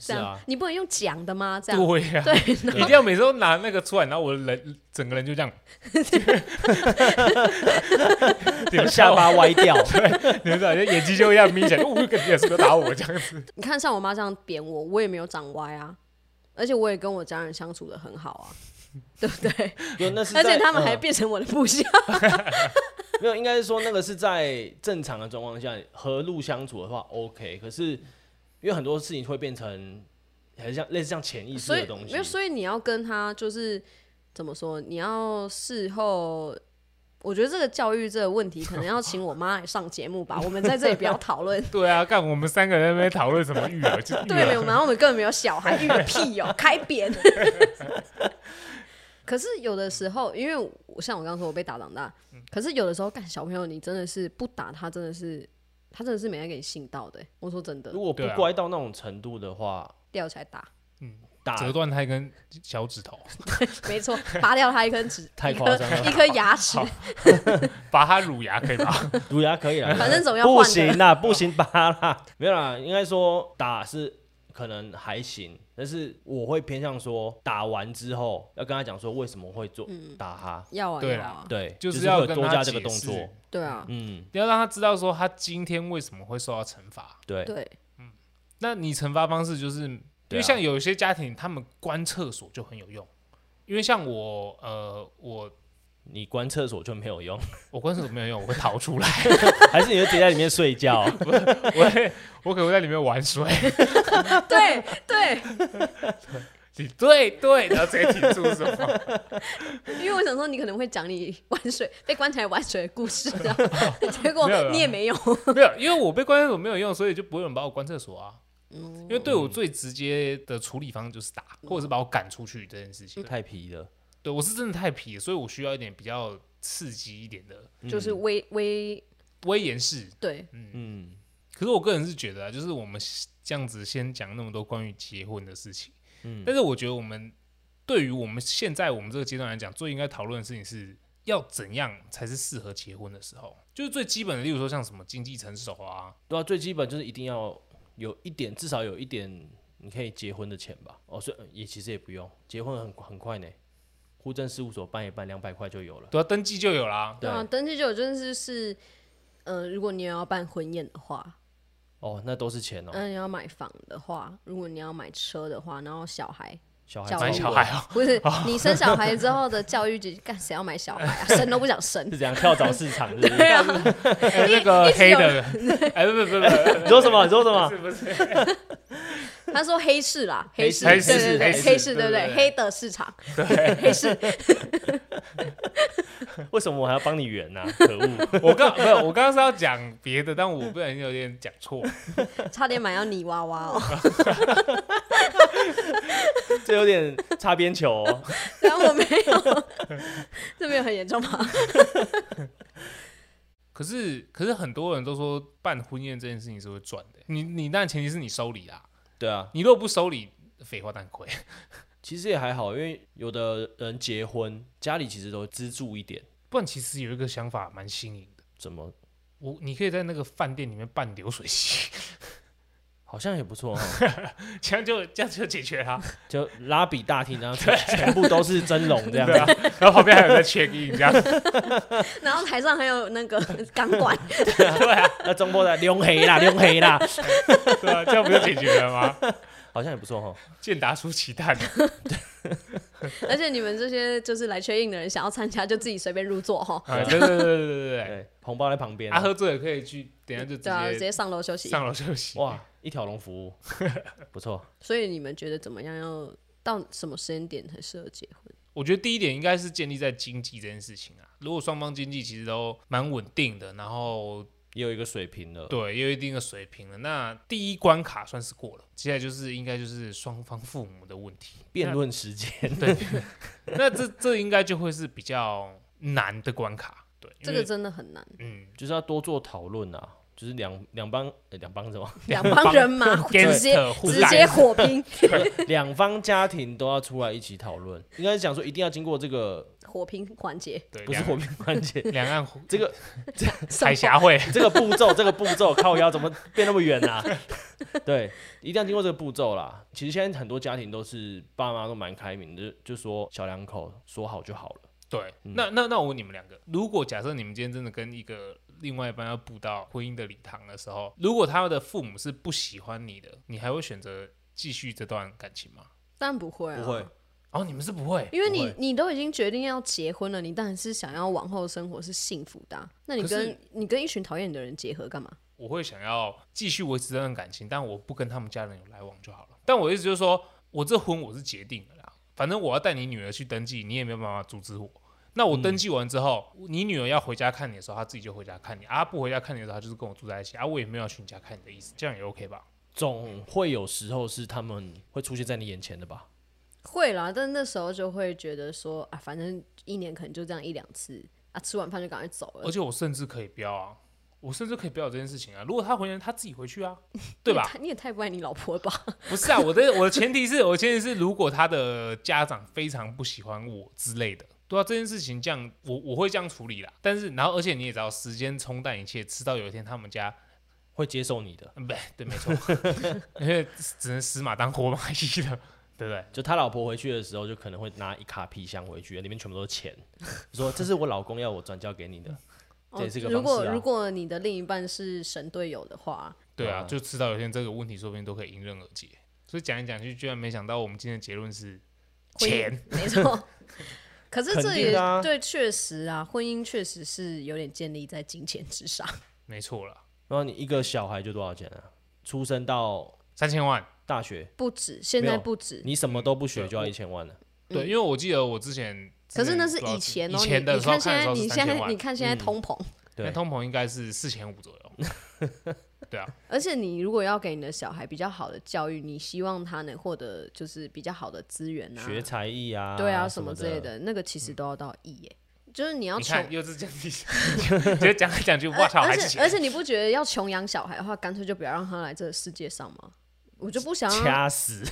S2: 这样、
S3: 啊
S2: 你不能用讲的吗？这样
S1: 对呀、对，一定要每次都拿那个出来，然后我人整个人就这 样， 你们
S3: 啊下
S1: 下巴，
S3: 巴歪掉，
S1: 你们知道眼睛就一样眯起来，我跟你说打我这样子，。
S2: 你看，像我妈这样扁我，我也没有长歪啊，而且我也跟我家人相处的很 好啊，对不对？
S3: 就那是在，
S2: 而且他们
S3: 嗯
S2: 还变成我的部下，
S3: 没有，应该是说那个是在正常的状况下和路相处的话，OK。可是因为很多事情会变成很像类似像嗯潜意识
S2: 所以
S3: 的东西
S2: 没有，，所以你要跟他就是怎么说？你要事后，我觉得这个教育这个问题，可能要请我妈来上节目吧。我们在这里不要讨论
S1: 对啊，干我们三个人在那边讨论什么育儿，就是育
S2: 对，没有，
S1: 儿，
S2: 然后我们根本没有小孩，育个屁哦，开扁。 可是有的时候，因为我像我刚刚说，我被打长大，可是有的时候，干小朋友，你真的是不打他，真的是他真的是没来给你信到的欸、我说真的
S3: 如，果不
S1: 对啊
S3: 乖到那种程度的话，
S2: 吊起来打，
S1: 嗯
S3: 打
S1: 折断他一根小指头，
S2: 没错，拔掉他一根指，
S3: 太
S2: 一颗
S3: 夸张
S2: 一
S3: 了
S2: 颗牙齿
S1: 好，拔他乳牙可以 吧？
S3: 乳牙啊可以啦，
S2: 反正总要
S3: 不
S2: 换
S3: 行
S2: 的。
S3: 啦，不行吧啦，没有啦，应该说打是可能还行，但是我会偏向说打完之后要跟他讲说为什么会做、打他，
S2: 要啊，
S1: 对
S2: 要
S1: 啦
S2: 啊，
S3: 对，
S1: 就是是
S3: 会
S1: 要
S3: 有
S1: 跟
S3: 多
S1: 他
S3: 加这个
S1: 解
S3: 动
S1: 释
S3: 作，
S2: 对啊，
S3: 嗯，
S1: 你要让他知道说他今天为什么会受到惩罚。
S3: 嗯对，
S2: 对，
S1: 那你惩罚方式就是，因
S3: 对
S1: 为
S3: 啊
S1: 像有些家庭，他们关厕所就很有用。因为像我，呃，我
S3: 你关厕所就没有用，
S1: 我关厕所没有用，我会逃出来，
S3: 还是你就直接在里面睡觉。啊
S1: 我会我可能会在里面玩水。
S2: 对对，
S1: 你 对对，然后直接提出什么？
S2: 因为我想说你可能会讲你玩水被关起来玩水的故事啊， 结果
S1: 没有啦
S2: 你也没有。
S1: 没有，因为我被关厕所没有用，所以就不会有人把我关厕所啊。因为对我最直接的处理方式就是打，或者是把我赶出去这件事情。
S3: 太皮了，
S1: 对我是真的太皮了，所以我需要一点比较刺激一点的
S2: 就是微微
S1: 威严式。
S2: 对，
S3: 嗯，
S1: 可是我个人是觉得啊，就是我们这样子先讲那么多关于结婚的事情，嗯，但是我觉得我们对于我们现在我们这个阶段来讲，最应该讨论的事情是要怎样才是适合结婚的时候，就是最基本的，例如说像什么经济成熟啊，
S3: 对啊，最基本就是一定要有一点，至少有一点你可以结婚的钱吧。哦，所以呃也其实也不用，结婚很很快呢。户政事务所办一办，两百块就有了。
S1: 对啊，登记就有啦。
S2: 对啊，登记就有，真的是是，呃，如果你要办婚宴的话，
S3: 哦，那都是钱哦。
S2: 嗯，你要买房的话，如果你要买车的话，然后小孩
S3: 小
S2: 教
S1: 买
S3: 孩
S2: 育
S3: 子
S1: 小孩哦、
S2: 不是你生小孩之后的教育局，干谁要买小孩啊？生都不想生
S3: 是。怎样跳蚤市场是不是？
S2: 对 啊，
S1: 哎那个
S2: 一直
S1: 黑
S2: 有
S1: 的， 哎，不不不不，
S3: 你说什么？你说什么？
S1: 不是不是，
S2: 他说黑市啦，
S3: 黑
S2: 市，
S3: 市
S1: 黑
S2: 对对对，
S3: 黑市
S1: 市
S2: 黑市，对
S1: 对
S2: 不
S1: 对
S2: 对？
S1: 对
S2: 黑的市场，
S3: 为什么我还要帮你圆呢、可恶！
S1: 我刚没有，我刚刚是要讲别的，但我不小心有点讲错。
S2: 差点买到泥娃娃哦。
S3: 这有点擦边球、哦。
S2: 然后我没有， 这没有很严重吧？
S1: 可是可是很多人都说办婚宴这件事情是会赚的，你你但前提是你收礼啦，
S3: 对啊，
S1: 你如果不收礼，废话当亏。
S3: 其实也还好，因为有的人结婚，家里其实都资助一点。
S1: 不然其实有一个想法蛮新颖的，
S3: 怎么
S1: 我你可以在那个饭店里面办流水席，
S3: 好像也不错哈、哦
S1: 这样就这样就解决它。
S3: 就拉比大厅，然后全全部都是蒸笼这样
S1: 对啊
S3: 子。，
S1: 然后旁边还有个 check in 这样。
S2: 然后台上还有那个钢管，
S3: 对啊，那中波的溜黑啦，溜黑啦，
S1: 对啊，这样不就解决了吗？
S3: 好像也不错哈。
S1: 健达出奇蛋，
S2: 而且你们这些就是来缺印的人，想要参加就自己随便入座哈。
S1: 啊，对对对对对对
S3: 对，红包在旁边
S1: 对，啊，
S3: 啊、
S1: 喝醉了可以去，等一下就
S2: 对啊，直
S1: 直接
S2: 接上楼休息。
S1: 上楼休息。
S3: 哇，一条龙 服务，不错。
S2: 所以你们觉得怎么样？要到什么时间点才适合结婚？
S1: 我觉得第一点应该是建立在经济这件事情啊。如果双方经济其实都蛮稳定的，然后
S3: 也有一个水平了。
S1: 对也有一定的水平了，那第一关卡算是过了。接下来就是应该就是双方父母的问 题。
S3: 辩论时间，
S1: 那这这应该就会是比较难的关卡。对，因
S2: 这
S1: 为
S2: 个真的很难，
S1: 嗯，
S3: 就是要多做讨论啊，就是两两帮呃两帮什 么，
S2: 两帮人马直接
S1: gangster 互
S2: 直
S1: 干
S2: 接火拼，
S3: 两方家庭都要出来一起讨论。应该是讲说，一定要经过这个
S2: 火拼环节。
S1: 对，
S3: 不是
S1: 两
S3: 火拼环节，
S1: 两岸
S3: 这个
S1: 海峡会，
S3: 这个步 骤，这个步骤，靠腰怎么变那么远 啊？对，一定要经过这个步骤啦。其实现在很多家庭都是爸妈都蛮开明的，就就说小两口说好就好了。
S1: 对，那那那我问你们两个，如果假设你们今天真的跟一个另外一半要步到婚姻的礼堂的时候，如果他的父母是不喜欢你的，你还会选择继续这段感情吗？
S2: 当然不会啊，
S3: 不会，
S1: 哦，你们是不会，
S2: 因为你
S3: 不会
S2: 你都已经决定要结婚了，你当然是想要往后生活是幸福的啊、那你
S1: 可是
S2: 跟你跟一群讨厌你的人结合干嘛？
S1: 我会想要继续维持这段感情，但我不跟他们家人有来往就好了。但我意思就是说，我这婚我是结定了啦，反正我要带你女儿去登记，你也没有办法阻止我。那我登记完之后，你女儿要回家看你的时候，她自己就回家看你；啊，她不回家看你的时候，她就是跟我住在一起；啊，我也没有要去你家看你的意思，这样也 OK 吧？
S3: 总会有时候是他们会出现在你眼前的吧？
S2: 会啦，但那时候就会觉得说啊，反正一年可能就这样一两次啊，吃完饭就赶快走了
S1: 而。且我甚至可以不要啊，我甚至可以不要这件事情啊。如果他回人，他自己回去啊，对吧
S2: 你也？太？你也太不爱你老婆了吧？
S1: 不是啊，我的我的前提是我的前提是，如果他的家长非常不喜欢我之类的，对啊，这件事情这样我我会这样处理啦。但是然后而且你也知道，时间冲淡一切，迟早有一天他们家，
S3: 会接受你的，
S1: 嗯，不对，没错，因为只能死马当活马医了，对不对？
S3: 就他老婆回去的时候，就可能会拿一卡皮箱回去，里面全部都是钱，说这是我老公要我转交给你的。这也是个
S2: 哦如
S3: 方式啊
S2: 果如果你的另一半是神队友的话，
S1: 对啊，
S3: 嗯
S1: 就迟早有一天这个问题说不定都可以迎刃而解。所以讲一讲去，居然没想到我们今天的结论是
S2: 婚姻
S1: 钱，
S2: 没错。可是这
S3: 肯定
S2: 也
S3: 的啊
S2: 对，确实啊，婚姻确实是有点建立在金钱之上。
S1: 没错了，
S3: 然后你一个小孩就多少钱啊？出生到
S1: 三千万。
S3: 大学，
S2: 不止，现
S3: 没
S2: 在
S3: 有
S2: 不止。
S3: 你什么都不学就要一千万了。
S1: 对，因为我记得我之前，
S2: 嗯可是那
S1: 之
S2: 是以前
S1: 前
S2: 哦，
S1: 不知道以
S2: 你
S1: 前的
S2: 你
S1: 时候
S2: 看
S1: 看的时
S2: 现在，
S1: 候是
S2: 你
S1: 三
S2: 现
S1: 千
S2: 在你
S1: 万，
S2: 看现在通膨，
S1: 那
S3: 对，
S1: 通膨应该是四千五左右。 对啊，
S2: 而且你如果要给你的小孩比较好的教育，你希望他能获得就是比较好的资源啊，
S3: 学才艺啊，
S2: 对啊，
S3: 什
S2: 什
S3: 么
S2: 么之类的，
S3: 的。
S2: 那个其实都要到亿耶。就是你要
S1: 你
S2: 穷，
S1: 看又是讲第三，就讲来 讲去，
S2: 而
S1: 哇操，还
S2: 而
S1: 是
S2: 且
S1: 钱
S2: 而且你不觉得要穷养小孩的话，干脆就不要让他来这个世界上吗？我就不想让，
S3: 掐死，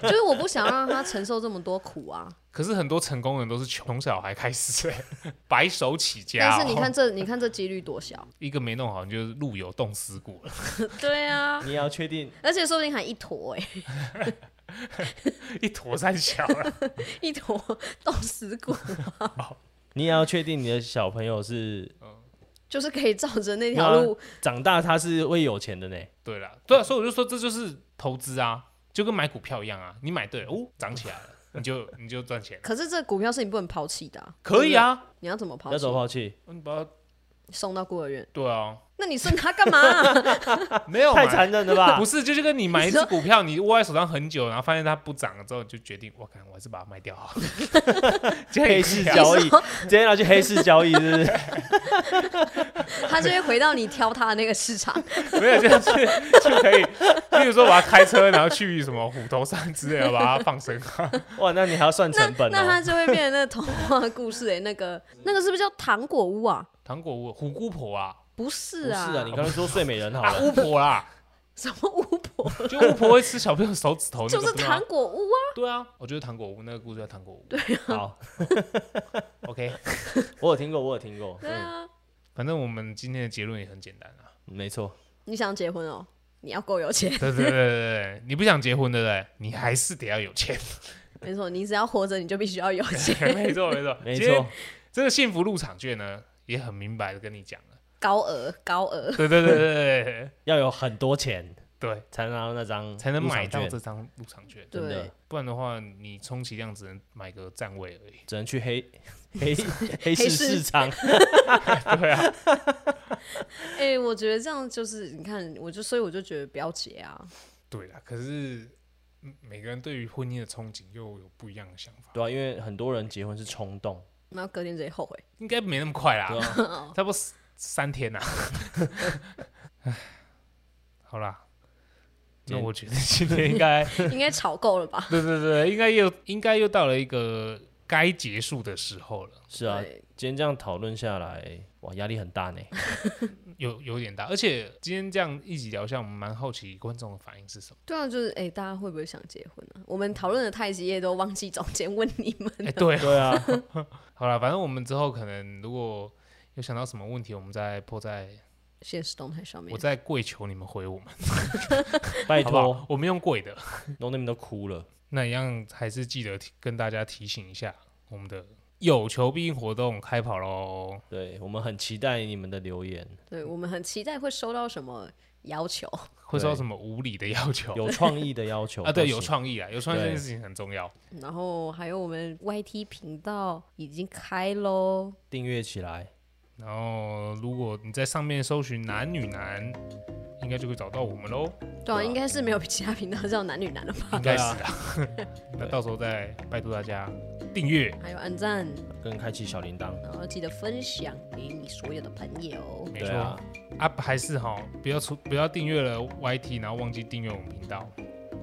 S2: 就是我不想让他承受这么多苦 啊。
S1: 可是很多成功人都是穷小孩开始， 白手起家哦。
S2: 但是你看这，你看这几率多小？
S1: 一个没弄好，你就是路有冻死骨了。
S2: 对啊，
S3: 你要确定
S2: 欸而且说不定还一坨哎、
S1: 一坨三小了，
S2: 一坨 冻死骨，
S3: 你也要确定你的小朋友是
S2: 就是可以照着那条路。
S3: 长大，他是会有钱的呢。
S1: 对啦，对啊，所以我就说这就是投资啊，就跟买股票一样啊，你买对了，哦，涨起来了，你就你就赚钱了，
S2: 可是这股票是你不能抛弃的、啊，
S1: 可以啊，
S2: 你要怎么抛
S3: 要
S2: 弃
S3: 走？抛弃，
S1: 你把它
S2: 送到孤儿院？
S1: 对 啊，
S2: 那你送他干嘛 啊、
S1: 没有
S3: 太
S1: 嘛
S3: 残忍 了吧
S1: 不？是，就是跟你买一
S2: 你
S1: 只
S2: 说
S1: 股票，你握在手上很久，然后发现它不涨了之后，你就决定，我看我还是把它卖掉好了。 这样也
S3: 黑
S1: 可以
S3: 市
S1: 啊
S3: 交易，直接拿去黑市交易，是不是？
S2: 他就会回到你挑他的那个市场。
S1: 没有，就是就可以，例如说我要开车，然后去什么虎头山之类的，把它放生。
S3: 哇，那你还要算成本
S2: 那他
S3: 哦。
S2: 就会变成那个童话故事诶、那个那个是不是叫糖果屋啊？
S1: 糖果屋、虎姑婆啊，
S2: 不
S3: 不
S2: 是
S3: 是
S2: 啊，
S3: 啊，你刚才说睡美人好
S1: 啊
S3: 了，
S1: 巫婆啦，
S2: 什么巫婆？
S1: 就巫婆会吃小朋友手指头，那
S2: 就
S1: 个
S2: 是
S1: 不吗
S2: 糖果屋啊，
S1: 对啊，我觉得糖果屋那个故事叫糖果屋。对
S3: 好，
S1: ，OK，
S3: 我有听过，我有听过，
S2: 对
S3: 嗯，
S2: 啊。
S1: 反正我们今天的结论也很简单啊。
S3: 没错，
S2: 你想结婚哦？你要够有 钱，
S1: 对对对对对，你不想结婚对不对？你还是得要有钱。
S2: 没错，你只要活着，你就必须要有钱，
S1: 没错没错
S3: 没
S1: 今天
S3: 错，
S1: 这个幸福入场券呢，也很明白的跟你讲了。
S2: 高额高额。
S1: 对对对对对
S3: 要有很多钱
S1: 对，
S3: 才能拿到那张，
S1: 才能买到这，张嗯入场券。
S3: 真
S2: 对
S3: 的，
S1: 不然的话，你充其量只能买个站位而已。
S3: 只能 去黑黑黑市
S2: 黑市
S3: 市场，
S1: 对啊，
S2: 哎、我觉得这样就是，你看，我就所以我就觉得不要结啊。
S1: 对啦。可是嗯每个人对于婚姻的憧憬又有不一样的想法，
S3: 对啊，因为很多人结婚是冲动，
S2: 然后隔天直接后 悔，
S1: 应该没那么快啦
S3: 对，啊，
S1: 差不多三三天 呐。唉好啦，那
S3: 今天
S1: 我觉得今天应该，
S2: 应该吵够了吧？
S1: 对对对，应该又应该又到了一个该结束的时候了。
S3: 是啊，
S2: 对
S3: 今天这样讨论下来，哇，压力很大呢。
S1: 有有点大，而且今天这样一起聊下，我们蛮好奇观众的反应是什么。
S2: 对啊，就是哎、大家会不会想结婚啊？我们讨论的太激烈，都忘记中间问你们
S1: 哎、 对，
S3: 对啊，
S1: 好了，反正我们之后可能如果有想到什么问题，我们再破在
S2: 现实动态上面
S1: 我。再跪求你们回我们，
S3: 拜
S1: 好不
S3: 托
S1: 好，？我们用跪的，
S3: 弄那边都哭了。
S1: 那一样还是记得提跟大家提醒一下，我们的有求必应活动开跑喽。
S3: 对我们很期待你们的留言，
S2: 对我们很期待会收到什么要求。
S1: 会收到什么无理的要求
S3: 有创意的要求
S1: 啊？对，
S3: 都行
S1: 有创意啊，有创意这
S3: 对
S1: 件事情很重要。
S2: 然后还有我们 YT 频道已经开喽，
S3: 订阅起来，
S1: 然后如果你在上面搜寻男女男，应该就会找到我们喽。
S2: 对
S3: 对
S2: 啊，
S3: 啊
S2: 应该是没有比其他频道叫男女男了吧？
S1: 应该是啊。那到时候再拜托大家订阅。
S2: 还有按赞，
S3: 跟开启小铃铛。
S2: 然后记得分享给你所有的朋友。
S1: 没
S3: 对
S1: 错
S3: 啊，
S1: 啊，还是哈，不要出不要订阅了 YT，然后忘记订阅我们频道，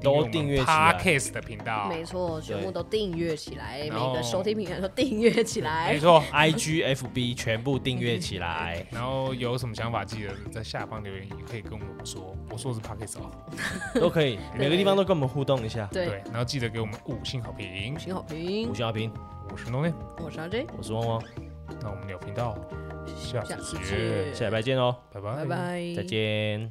S3: 都
S1: 订
S3: 订阅起来
S1: Podcast 的频道。
S2: 没错，全部都订阅起来，每
S1: 然后
S2: 个收听平台都订阅起来
S1: 没。错。
S3: I G F B 全部订阅起来
S1: 然后有什么想法，记得在下方留言，也可以跟我们说。我说的是 Podcast 哦，
S3: 都可以，每个地方都跟我们互动一下。
S1: 对
S2: 对，。
S1: 然后记得给我们五星好评
S2: 五。星好评
S3: 五，星好评，
S1: 我是 No n
S2: 我是阿 J，
S3: 我是汪汪，
S1: 那我们聊频道，下
S2: 下
S1: 次
S2: 次
S1: 见，
S2: 见
S3: 下礼拜见哦，
S1: 拜
S2: 拜拜，
S3: 再见。